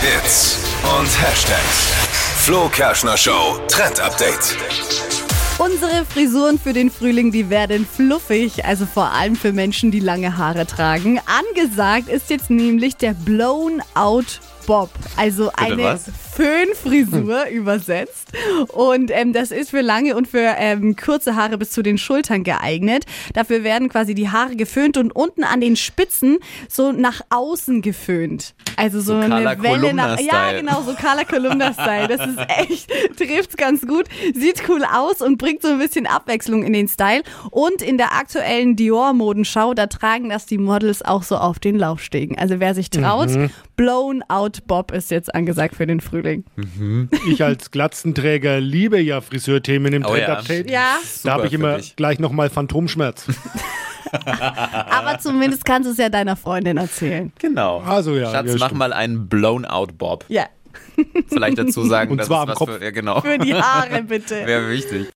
Hits und Hashtags. Flo Kerschner Show Trend Update. Unsere Frisuren für den Frühling, die werden fluffig, also vor allem für Menschen, die lange Haare tragen. Angesagt ist jetzt nämlich der Blown Out Bob, also eine was? Hm. Föhnfrisur übersetzt. Und ähm, das ist für lange und für ähm, kurze Haare bis zu den Schultern geeignet. Dafür werden quasi die Haare geföhnt und unten an den Spitzen so nach außen geföhnt. Also so, So Carla eine Welle nach. Ja, Kolumna-Style. genau, so Carla Kolumna-Style. Das ist echt, trifft's ganz gut. Sieht cool aus und bringt so ein bisschen Abwechslung in den Style. Und in der aktuellen Dior-Modenschau, da tragen das die Models auch so auf den Laufstegen. Also wer sich traut, Blown Out Bob ist jetzt angesagt für den Frühling. Ich als Glatzenträger liebe ja Friseurthemen im Oh ja. Trend-Update. Ja, Da habe ich Super immer für dich. gleich nochmal Phantomschmerz. aber zumindest kannst du es ja deiner Freundin erzählen. Genau. Also ja, Schatz, ja, mach stimmt. mal einen Blown-Out Bob. Ja, Vielleicht dazu sagen, Und dass zwar es am was Kopf. Für, ja, genau. für die Haare bitte. Wäre wichtig.